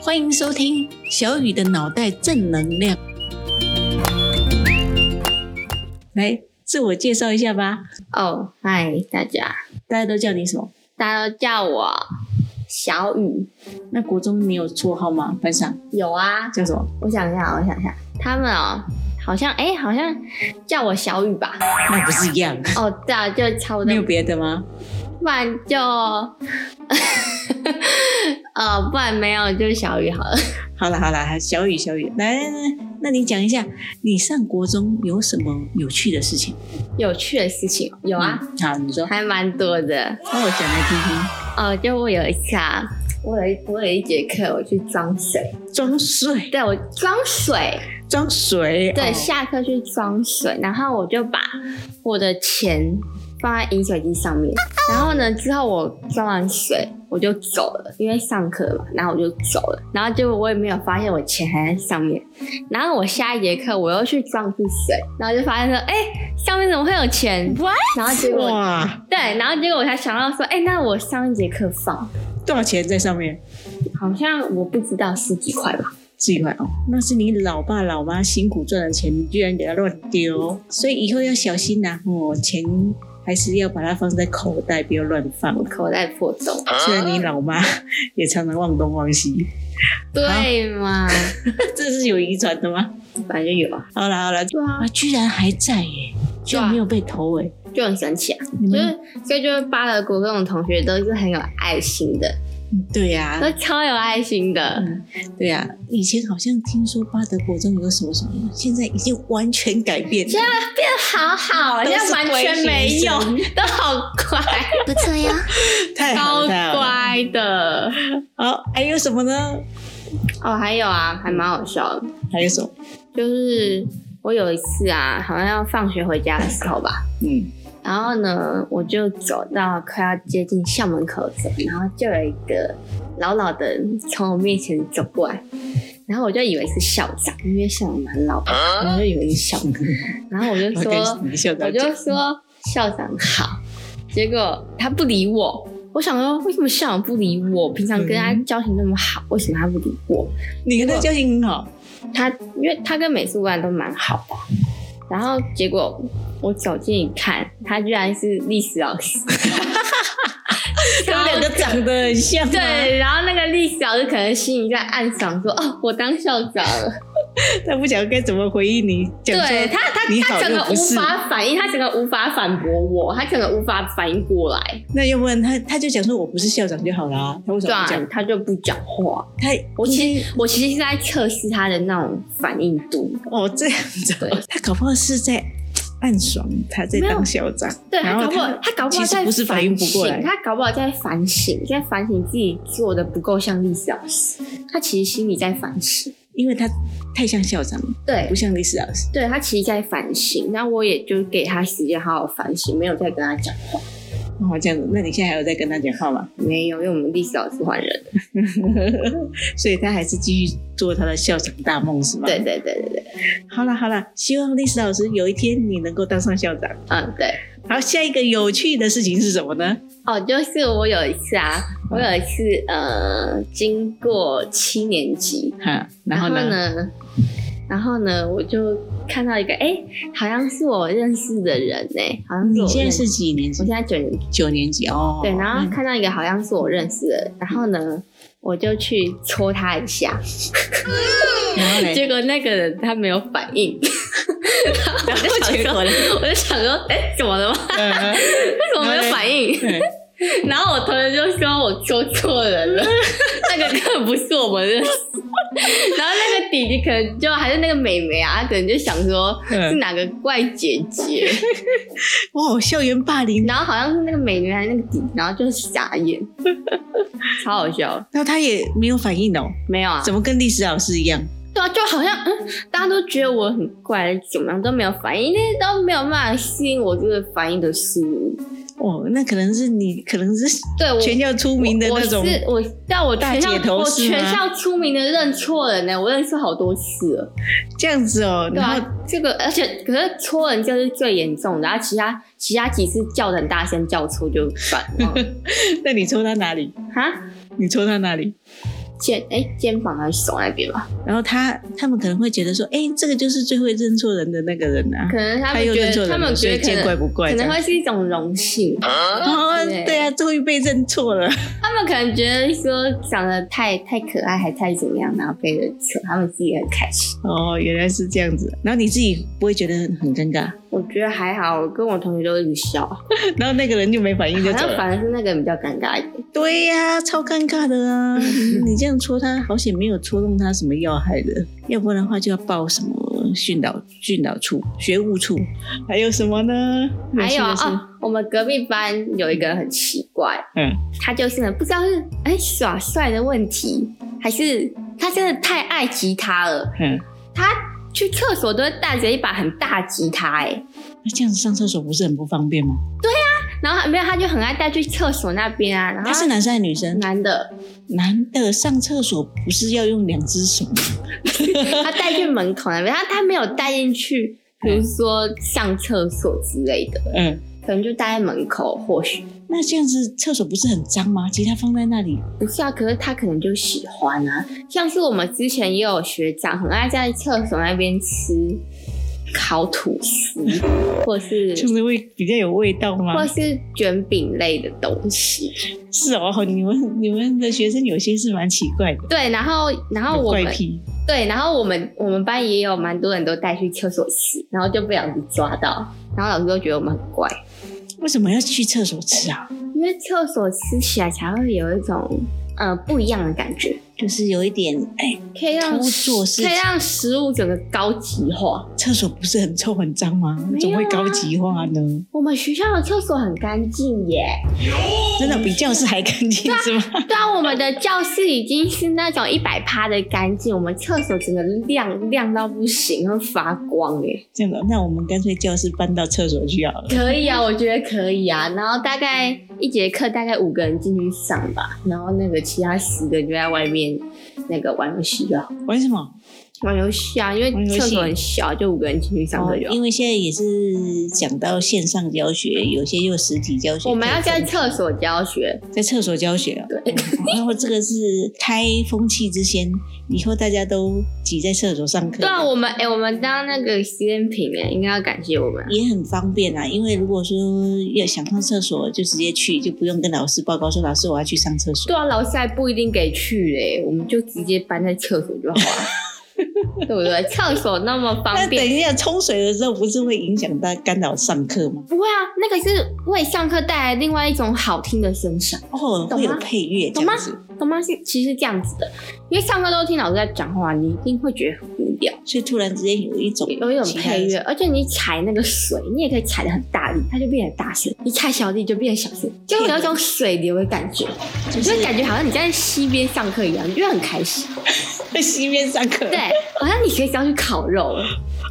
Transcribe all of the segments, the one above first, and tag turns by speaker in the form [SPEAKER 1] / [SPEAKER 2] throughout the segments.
[SPEAKER 1] 欢迎收听小雨的脑袋正能量。来，自我介绍一下吧。
[SPEAKER 2] 哦，嗨，大家，
[SPEAKER 1] 大家都叫你什么？
[SPEAKER 2] 大家都叫我小雨。
[SPEAKER 1] 那国中你有绰号吗？班上
[SPEAKER 2] 有啊，
[SPEAKER 1] 叫什么？
[SPEAKER 2] 我想一下，我想一下，他们哦，好像哎、好像叫我小雨吧？
[SPEAKER 1] 那不是一样？
[SPEAKER 2] 哦，对啊，就差不
[SPEAKER 1] 你
[SPEAKER 2] 多
[SPEAKER 1] 有，别的吗？
[SPEAKER 2] 不然就， 呃，不然没有，就是小雨好了。
[SPEAKER 1] 好了好了，小雨小雨，来来来，那你讲一下你上国中有什么有趣的事情？
[SPEAKER 2] 有趣的事情有啊，
[SPEAKER 1] 嗯好，你说，
[SPEAKER 2] 还蛮多的。
[SPEAKER 1] 那我讲来听听。
[SPEAKER 2] 哦，就我有一次啊，我有一我有一节课我去装水，
[SPEAKER 1] 装水，
[SPEAKER 2] 对我装水。
[SPEAKER 1] 装水，
[SPEAKER 2] 对，
[SPEAKER 1] 哦
[SPEAKER 2] 下课去装水，然后我就把我的钱放在饮水机上面，然后呢，之后我装完水我就走了，因为上课了嘛，然后我就走了，然后结果我也没有发现我钱还在上面，然后我下一节课我又去装一次水，然后就发现说，哎、上面怎么会有钱？然后结果
[SPEAKER 1] 哇，
[SPEAKER 2] 对，然后结果我才想到说，哎、那我上一节课放，
[SPEAKER 1] 多少钱在上面？
[SPEAKER 2] 好像我不知道十几块吧。
[SPEAKER 1] 自己块哦，那是你老爸老妈辛苦赚的钱，你居然给他乱丢，所以以后要小心呐、哦，钱还是要把它放在口袋，不要乱放
[SPEAKER 2] 我。口袋破洞，
[SPEAKER 1] 虽然你老妈
[SPEAKER 2] 啊
[SPEAKER 1] 也常常忘东忘西，
[SPEAKER 2] 对嘛？
[SPEAKER 1] 这是有遗传的吗？
[SPEAKER 2] 反正就有啊，
[SPEAKER 1] 好了好了，
[SPEAKER 2] 对啊
[SPEAKER 1] 啊，居然还在耶，居然没有被偷哎，
[SPEAKER 2] 就很神奇啊。
[SPEAKER 1] 你
[SPEAKER 2] 就
[SPEAKER 1] 们
[SPEAKER 2] 是，所以就是八个国中的同学都是很有爱心的，
[SPEAKER 1] 对呀、
[SPEAKER 2] 都超有爱心的。
[SPEAKER 1] 嗯，对呀、以前好像听说巴德国中有个什么什么，现在已经完全改变了，
[SPEAKER 2] 变得好好啊，
[SPEAKER 1] 都
[SPEAKER 2] 现
[SPEAKER 1] 是
[SPEAKER 2] 在完全没有
[SPEAKER 1] 乖学，
[SPEAKER 2] 都好乖， 不错呀，
[SPEAKER 1] 太好
[SPEAKER 2] 超
[SPEAKER 1] 了太好了。
[SPEAKER 2] 乖的。
[SPEAKER 1] 好，还有什么呢？
[SPEAKER 2] 哦，还有啊，还蛮好笑的，
[SPEAKER 1] 还有什么？
[SPEAKER 2] 就是我有一次啊，好像要放学回家的时候吧，
[SPEAKER 1] 嗯。
[SPEAKER 2] 然后呢，我就走到快要接近校门口的时候，然后就有一个老老的人从我面前走过来，然后我就以为是校长，因为校长蛮老的，
[SPEAKER 1] 啊
[SPEAKER 2] 然后就以为是校长，然后我就
[SPEAKER 1] 我
[SPEAKER 2] 说，
[SPEAKER 1] 跟你校
[SPEAKER 2] 我
[SPEAKER 1] 长
[SPEAKER 2] 就
[SPEAKER 1] 讲，
[SPEAKER 2] 说校长
[SPEAKER 1] 嗯
[SPEAKER 2] 好，结果他不理我。我想说，为什么校长不理我？平常跟他
[SPEAKER 1] 嗯
[SPEAKER 2] 交情那么好，为什么他不理我？
[SPEAKER 1] 你跟他交情很好，
[SPEAKER 2] 他因为他跟美术馆都蛮好的，
[SPEAKER 1] 嗯
[SPEAKER 2] 然后结果我走近一看，他居然是历史老师，
[SPEAKER 1] 他们两个长得很像。，啊
[SPEAKER 2] 对，然后那个历史老师可能心里在暗想说：“哦，我当校长了。
[SPEAKER 1] 他不晓得该怎么回应你，”讲
[SPEAKER 2] 对
[SPEAKER 1] 说
[SPEAKER 2] 他，
[SPEAKER 1] 你
[SPEAKER 2] 他
[SPEAKER 1] 好
[SPEAKER 2] 他整
[SPEAKER 1] 又
[SPEAKER 2] 个
[SPEAKER 1] 不
[SPEAKER 2] 无
[SPEAKER 1] 是，
[SPEAKER 2] 法反应，他整个无法反驳我，他整个无法反应过来，
[SPEAKER 1] 那要不然他他就讲说我不是校长就好啦，他为什
[SPEAKER 2] 对
[SPEAKER 1] 么
[SPEAKER 2] 啊
[SPEAKER 1] 不讲？，
[SPEAKER 2] 他就不讲话。
[SPEAKER 1] 他
[SPEAKER 2] 我其
[SPEAKER 1] 实
[SPEAKER 2] 实我其实是在测试他的那种反应度，
[SPEAKER 1] 哦这样子哦
[SPEAKER 2] 对，
[SPEAKER 1] 他搞不好是在暗爽他在
[SPEAKER 2] 没有
[SPEAKER 1] 当校长，
[SPEAKER 2] 对
[SPEAKER 1] 然
[SPEAKER 2] 他
[SPEAKER 1] 后
[SPEAKER 2] 搞不好
[SPEAKER 1] 他
[SPEAKER 2] 他搞不
[SPEAKER 1] 其
[SPEAKER 2] 好
[SPEAKER 1] 实
[SPEAKER 2] 在
[SPEAKER 1] 不是反应不过来
[SPEAKER 2] 省他搞不好在反省，在反省自己做的不够像历史老师，他其实心里在反省，
[SPEAKER 1] 因为他太像校长了，
[SPEAKER 2] 对
[SPEAKER 1] 不像历史老师。
[SPEAKER 2] 对他其实在反省，那我也就给他时间好好反省，没有再跟他讲，
[SPEAKER 1] 哦，这样子，那你现在还有在跟他讲话吗？
[SPEAKER 2] 没有，因为我们历史老师换人了，
[SPEAKER 1] 所以他还是继续做他的校长大梦是吗？
[SPEAKER 2] 对，对对对对，
[SPEAKER 1] 好了好了，希望历史老师有一天你能够当上校长。
[SPEAKER 2] 嗯对，
[SPEAKER 1] 好，下一个有趣的事情是什么呢？
[SPEAKER 2] 哦，就是我有一次啊，我有一次呃，经过七年级，
[SPEAKER 1] 哈，然后
[SPEAKER 2] 后
[SPEAKER 1] 呢？
[SPEAKER 2] 呢？然后呢，我就看到一个，哎、好像是我认识的人呢、好像是我
[SPEAKER 1] 你现在
[SPEAKER 2] 认识
[SPEAKER 1] 是几年级
[SPEAKER 2] 我现？在九年级，
[SPEAKER 1] 九年级哦。
[SPEAKER 2] 对，然后看到一个好像是我认识的人，然后呢，我就去戳他一下，
[SPEAKER 1] 嗯然后 嘞，
[SPEAKER 2] 结果那个人他没有反应，
[SPEAKER 1] 然后结果 嘞，
[SPEAKER 2] 我就想说，哎、怎么了吗？
[SPEAKER 1] 嗯
[SPEAKER 2] 为什么没有反应？
[SPEAKER 1] 嗯
[SPEAKER 2] 然后我同学就说我戳错人了，那个根本不是我们认识。然后那个弟弟可能就还是那个妹妹啊，她可能就想说
[SPEAKER 1] 嗯
[SPEAKER 2] 是哪个怪姐姐，
[SPEAKER 1] 哇，哦校园霸凌，
[SPEAKER 2] 然后好像是那个美女还是那个弟弟，然后就傻眼，超好笑。
[SPEAKER 1] 然后他也没有反应哦，
[SPEAKER 2] 没有啊，
[SPEAKER 1] 怎么跟历史老师一样？
[SPEAKER 2] 对啊，就好像嗯，大家都觉得我很怪，怎么样都没有反应，那些都没有办法吸引我这个反应的事物。
[SPEAKER 1] 哦，那可能是你，可能是
[SPEAKER 2] 对我
[SPEAKER 1] 全校出名的那种
[SPEAKER 2] 我。是我，但我
[SPEAKER 1] 大
[SPEAKER 2] 全校
[SPEAKER 1] 姐头
[SPEAKER 2] 我
[SPEAKER 1] 是吗
[SPEAKER 2] 全校出名的认错人呢、我认识好多次了。
[SPEAKER 1] 这样子哦，
[SPEAKER 2] 对
[SPEAKER 1] 然
[SPEAKER 2] 啊
[SPEAKER 1] 后，
[SPEAKER 2] 这个而且可是戳人就是最严重的，然后其他其他几次叫的很大 声叫错就算了
[SPEAKER 1] 那你戳他哪里？
[SPEAKER 2] 哈，
[SPEAKER 1] 你戳他哪里？
[SPEAKER 2] 肩哎、肩膀还是手那边吧，
[SPEAKER 1] 然后他他们可能会觉得说，哎、这个就是最会认错人的那个人啊，
[SPEAKER 2] 可能他们
[SPEAKER 1] 又
[SPEAKER 2] 觉
[SPEAKER 1] 认错
[SPEAKER 2] 得
[SPEAKER 1] 人
[SPEAKER 2] 他
[SPEAKER 1] 了，
[SPEAKER 2] 们
[SPEAKER 1] 所
[SPEAKER 2] 觉
[SPEAKER 1] 以
[SPEAKER 2] 得可
[SPEAKER 1] 见怪
[SPEAKER 2] 能
[SPEAKER 1] 不怪
[SPEAKER 2] 可
[SPEAKER 1] 这
[SPEAKER 2] 能
[SPEAKER 1] 样。
[SPEAKER 2] 会是一种荣幸，
[SPEAKER 1] 哦，
[SPEAKER 2] 对
[SPEAKER 1] 对啊，终于被认错了。
[SPEAKER 2] 他们可能觉得说长得太太可爱还太怎么样，然后被人扯，他们自己也很开心。
[SPEAKER 1] 哦，原来是这样子。然后你自己不会觉得很尴尬，
[SPEAKER 2] 我觉得还好，我跟我同学都一直笑，好
[SPEAKER 1] 然后那个人就没反应就走
[SPEAKER 2] 像
[SPEAKER 1] 了。
[SPEAKER 2] 反而是那个人比较尴尬一点。
[SPEAKER 1] 对呀、超尴尬的 啊！你这样戳他，好险没有戳中他什么要害的，要不然的话就要报什么训导训导处、学务处，还有什么呢？
[SPEAKER 2] 还有啊、
[SPEAKER 1] 有趣的是
[SPEAKER 2] 哦，我们隔壁班有一个很奇怪，
[SPEAKER 1] 嗯，
[SPEAKER 2] 他就是呢不知道是哎、耍帅的问题，还是他真的太爱吉他了，
[SPEAKER 1] 嗯，
[SPEAKER 2] 他去厕所都会带着一把很大吉他、哎，
[SPEAKER 1] 那这样子上厕所不是很不方便吗？
[SPEAKER 2] 然后他没有他就很爱带去厕所那边啊，然后
[SPEAKER 1] 他是男生还是女生？
[SPEAKER 2] 男的，
[SPEAKER 1] 男的上厕所不是要用两只手吗？
[SPEAKER 2] 他带去门口那边，他他没有带进去，比如说上厕所之类的，
[SPEAKER 1] 嗯，
[SPEAKER 2] 可能就待在门口，或许
[SPEAKER 1] 那这样子厕所不是很脏吗？吉他放在那里，
[SPEAKER 2] 不是啊，可是他可能就喜欢啊，像是我们之前也有学长很爱在厕所那边吃烤吐司，或是
[SPEAKER 1] 就是会比较有味道吗？
[SPEAKER 2] 或是卷饼类的东西，
[SPEAKER 1] 是哦，你们你们的学生有些是蛮奇怪的，
[SPEAKER 2] 对，然后然后
[SPEAKER 1] 有
[SPEAKER 2] 我
[SPEAKER 1] 怪
[SPEAKER 2] 们
[SPEAKER 1] 癖。
[SPEAKER 2] 对，然后我们我们班也有蛮多人都带去厕所吃，然后就被老师抓到，然后老师都觉得我们很怪。
[SPEAKER 1] 为什么要去厕所吃啊？
[SPEAKER 2] 因为厕所吃起来才会有一种呃不一样的感觉，
[SPEAKER 1] 就是有一点，哎、
[SPEAKER 2] 可以让
[SPEAKER 1] 偷做事
[SPEAKER 2] 可以让食物整个高级化。
[SPEAKER 1] 厕所不是很臭很脏吗？
[SPEAKER 2] 没有啊
[SPEAKER 1] 怎么会高级化呢？
[SPEAKER 2] 我们学校的厕所很干净耶，
[SPEAKER 1] 真的比教室还干净是吗？
[SPEAKER 2] 对啊，我们的教室已经是那种一百趴的干净，我们厕所整个亮亮到不行，会发光耶。
[SPEAKER 1] 这样的，那我们干脆教室搬到厕所去好了。
[SPEAKER 2] 可以啊，我觉得可以啊。然后大概一节课大概五个人进去上吧，然后那个其他十个就在外面那个玩游戏就好。
[SPEAKER 1] 为什么？
[SPEAKER 2] 玩游戏啊，因
[SPEAKER 1] 玩
[SPEAKER 2] 为
[SPEAKER 1] 游戏
[SPEAKER 2] 厕所很小，就五个人进去上
[SPEAKER 1] 哦
[SPEAKER 2] 课就好。
[SPEAKER 1] 因为现在也是讲到线上教学，有些又实体教学。
[SPEAKER 2] 我们要在
[SPEAKER 1] 在
[SPEAKER 2] 厕所教学，
[SPEAKER 1] 在厕所教学、啊。
[SPEAKER 2] 对，
[SPEAKER 1] 然后这个是开风气之先，以后大家都挤在厕所上课。
[SPEAKER 2] 对啊，我们哎、我们当那个实验品哎、应该要感谢我们。
[SPEAKER 1] 也很方便啦，因为如果说要想上厕所，就直接去，就不用跟老师报告说老师我要去上厕所。
[SPEAKER 2] 对啊，老师还不一定给去嘞、我们就直接搬在厕所就好 了，对不对？厕所那么
[SPEAKER 1] 那
[SPEAKER 2] 啊方
[SPEAKER 1] 等
[SPEAKER 2] 便，
[SPEAKER 1] 一下冲水的时候，不是会影响到干扰上课吗？
[SPEAKER 2] 不会啊，那个是为上课带来另外一种好听的声响，
[SPEAKER 1] 哦，
[SPEAKER 2] 懂吗啊
[SPEAKER 1] 会有配乐这
[SPEAKER 2] 懂啊吗
[SPEAKER 1] 样子，
[SPEAKER 2] 懂吗？是其实这样子的，因为上课都听老师在讲话，你一定会觉得很无聊，
[SPEAKER 1] 所以突然之间有一种
[SPEAKER 2] 有一种
[SPEAKER 1] 其他的
[SPEAKER 2] 配乐，而且你踩那个水，你也可以踩得很大力，它就变得大声；你踩小力就变小声，就有一种水流的感 觉。
[SPEAKER 1] 就
[SPEAKER 2] 就是会感觉好像你在溪边上课一样，你就会很开心。
[SPEAKER 1] 在西边上课，
[SPEAKER 2] 对，好像你学校去烤肉了。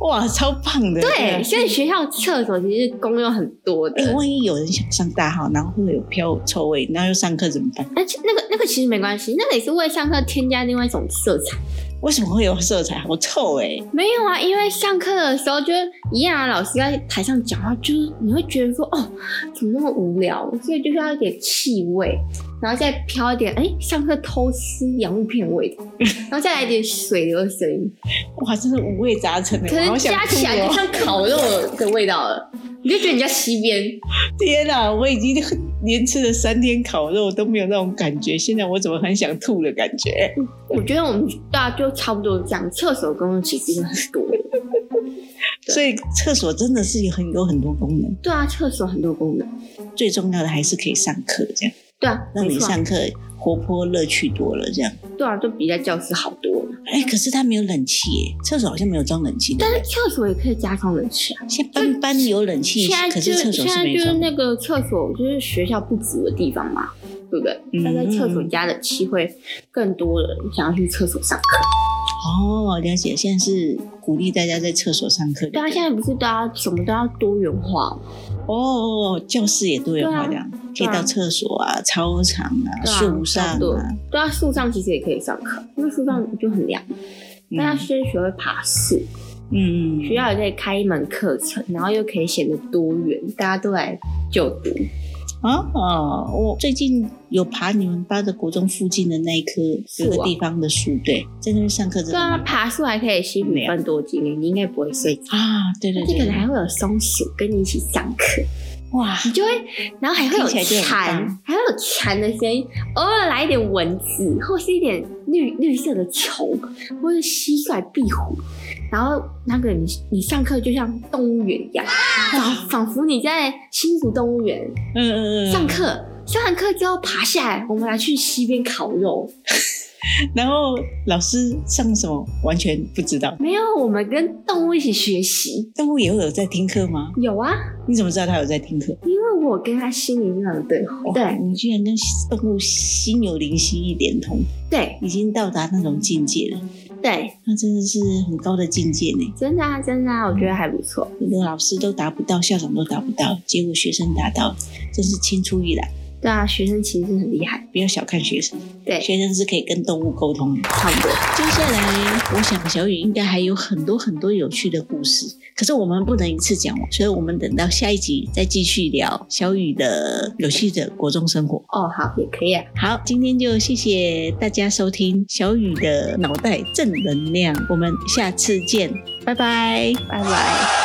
[SPEAKER 1] 哇，超棒的。
[SPEAKER 2] 对，
[SPEAKER 1] 啊
[SPEAKER 2] 所以学校厕所其实功用很多
[SPEAKER 1] 哎、
[SPEAKER 2] 的。
[SPEAKER 1] 万一有人想上大号，然后会有飘臭味，那又上课怎么办？
[SPEAKER 2] 而且那个那个其实没关系，那个也是为上课添加另外一种色彩。
[SPEAKER 1] 为什么会有色彩？好臭哎、
[SPEAKER 2] 没有啊，因为上课的时候就是一样啊，老师在台上讲话，就是你会觉得说哦，怎么那么无聊？所以就是要一点气味，然后再飘一点哎、上课偷吃洋芋片的味 道，然后再来一点水流的声音。
[SPEAKER 1] 哇，真是五味杂陈哎、
[SPEAKER 2] 可
[SPEAKER 1] 我好
[SPEAKER 2] 能
[SPEAKER 1] 想
[SPEAKER 2] 加起
[SPEAKER 1] 吐
[SPEAKER 2] 来
[SPEAKER 1] 哦
[SPEAKER 2] 就像烤肉的味道了，你就觉得你在西边。
[SPEAKER 1] 天哪、我已经 连吃了三天烤肉都没有那种感觉，现在我怎么很想吐的感觉？
[SPEAKER 2] 我觉得我们对啊，就差不多这样。厕所功能其实很多，对
[SPEAKER 1] 所以厕所真的是有很有很多功能，
[SPEAKER 2] 对啊，厕所很多功能，
[SPEAKER 1] 最重要的还是可以上课，这样
[SPEAKER 2] 对啊，
[SPEAKER 1] 让
[SPEAKER 2] 没
[SPEAKER 1] 你
[SPEAKER 2] 错啊，
[SPEAKER 1] 上课活泼乐趣多了。这样，
[SPEAKER 2] 对啊，都比在教室好多了。
[SPEAKER 1] 哎、可是它没有冷气耶，厕所好像没有装冷气的
[SPEAKER 2] 但。是厕所也可以加装冷气啊。
[SPEAKER 1] 现在班班有冷气
[SPEAKER 2] 现，在
[SPEAKER 1] 可
[SPEAKER 2] 就是
[SPEAKER 1] 厕
[SPEAKER 2] 现
[SPEAKER 1] 所是
[SPEAKER 2] 在
[SPEAKER 1] 没
[SPEAKER 2] 就是
[SPEAKER 1] 装的。
[SPEAKER 2] 那个厕所，就是学校不足的地方嘛，对不对？
[SPEAKER 1] 嗯
[SPEAKER 2] 那在厕所加冷气会更多人想要去厕所上课。
[SPEAKER 1] 哦，了解。现在是鼓励大家在厕所上课。
[SPEAKER 2] 对啊，现在不是都要什么都要多元化吗？
[SPEAKER 1] 哦，教室也多元化，这样、可以到厕所啊、操场啊、
[SPEAKER 2] 啊对啊
[SPEAKER 1] 树上
[SPEAKER 2] 差不多
[SPEAKER 1] 啊。
[SPEAKER 2] 对啊，树上其实也可以上课，因为树上就很凉。但要
[SPEAKER 1] 嗯
[SPEAKER 2] 先学会爬树，
[SPEAKER 1] 嗯，
[SPEAKER 2] 学校也可以开一门课程，然后又可以显得多元，大家都来就读。
[SPEAKER 1] 啊哦，我最近有爬你们班的国中附近的那一棵
[SPEAKER 2] 树啊
[SPEAKER 1] 有个地方的树，对，在那边上课真
[SPEAKER 2] 对
[SPEAKER 1] 的
[SPEAKER 2] 啊，
[SPEAKER 1] 蛮
[SPEAKER 2] 爬树还可以吸
[SPEAKER 1] 没
[SPEAKER 2] 比
[SPEAKER 1] 有
[SPEAKER 2] 分多精灵，你应该不会睡着。
[SPEAKER 1] 啊，对对
[SPEAKER 2] 而且可
[SPEAKER 1] 对
[SPEAKER 2] 能，还会有松鼠跟你一起上课，
[SPEAKER 1] 哇，
[SPEAKER 2] 你就会，然后还会
[SPEAKER 1] 听
[SPEAKER 2] 有
[SPEAKER 1] 起来就很
[SPEAKER 2] 蝉
[SPEAKER 1] 棒，
[SPEAKER 2] 还会有蝉的声音，偶尔来一点蚊子，或是一点绿绿色的虫，或是蟋蟀、壁虎。然后那个你你上课就像动物园一样，仿仿佛你在新竹动物园
[SPEAKER 1] 嗯嗯嗯，
[SPEAKER 2] 上课，上完课之后爬下来，我们来去溪边烤肉。
[SPEAKER 1] 然后老师上什么完全不知道，
[SPEAKER 2] 没有，我们跟动物一起学习。
[SPEAKER 1] 动物也会有在听课吗？
[SPEAKER 2] 有啊，
[SPEAKER 1] 你怎么知道他有在听课？
[SPEAKER 2] 因为我跟他心灵上的对话。
[SPEAKER 1] 哇
[SPEAKER 2] 对
[SPEAKER 1] 你居然跟动物心有灵犀一点通，
[SPEAKER 2] 对
[SPEAKER 1] 已经到达那种境界了，
[SPEAKER 2] 对，
[SPEAKER 1] 那真的是很高的境界呢。
[SPEAKER 2] 真的啊，真的啊，我觉得还不错。
[SPEAKER 1] 有的老师都达不到，校长都达不到，结果学生达到，真是青出于蓝。
[SPEAKER 2] 对啊，学生其实很厉害。
[SPEAKER 1] 不要小看学生，
[SPEAKER 2] 对，
[SPEAKER 1] 学生是可以跟动物沟通的。
[SPEAKER 2] 差不多。
[SPEAKER 1] 接下来，我想小雨应该还有很多很多有趣的故事，可是我们不能一次讲完，所以我们等到下一集再继续聊小雨的有趣的国中生活。
[SPEAKER 2] 哦，好，也可以啊。
[SPEAKER 1] 好，今天就谢谢大家收听小雨的脑袋正能量，我们下次见，拜拜。
[SPEAKER 2] 拜拜。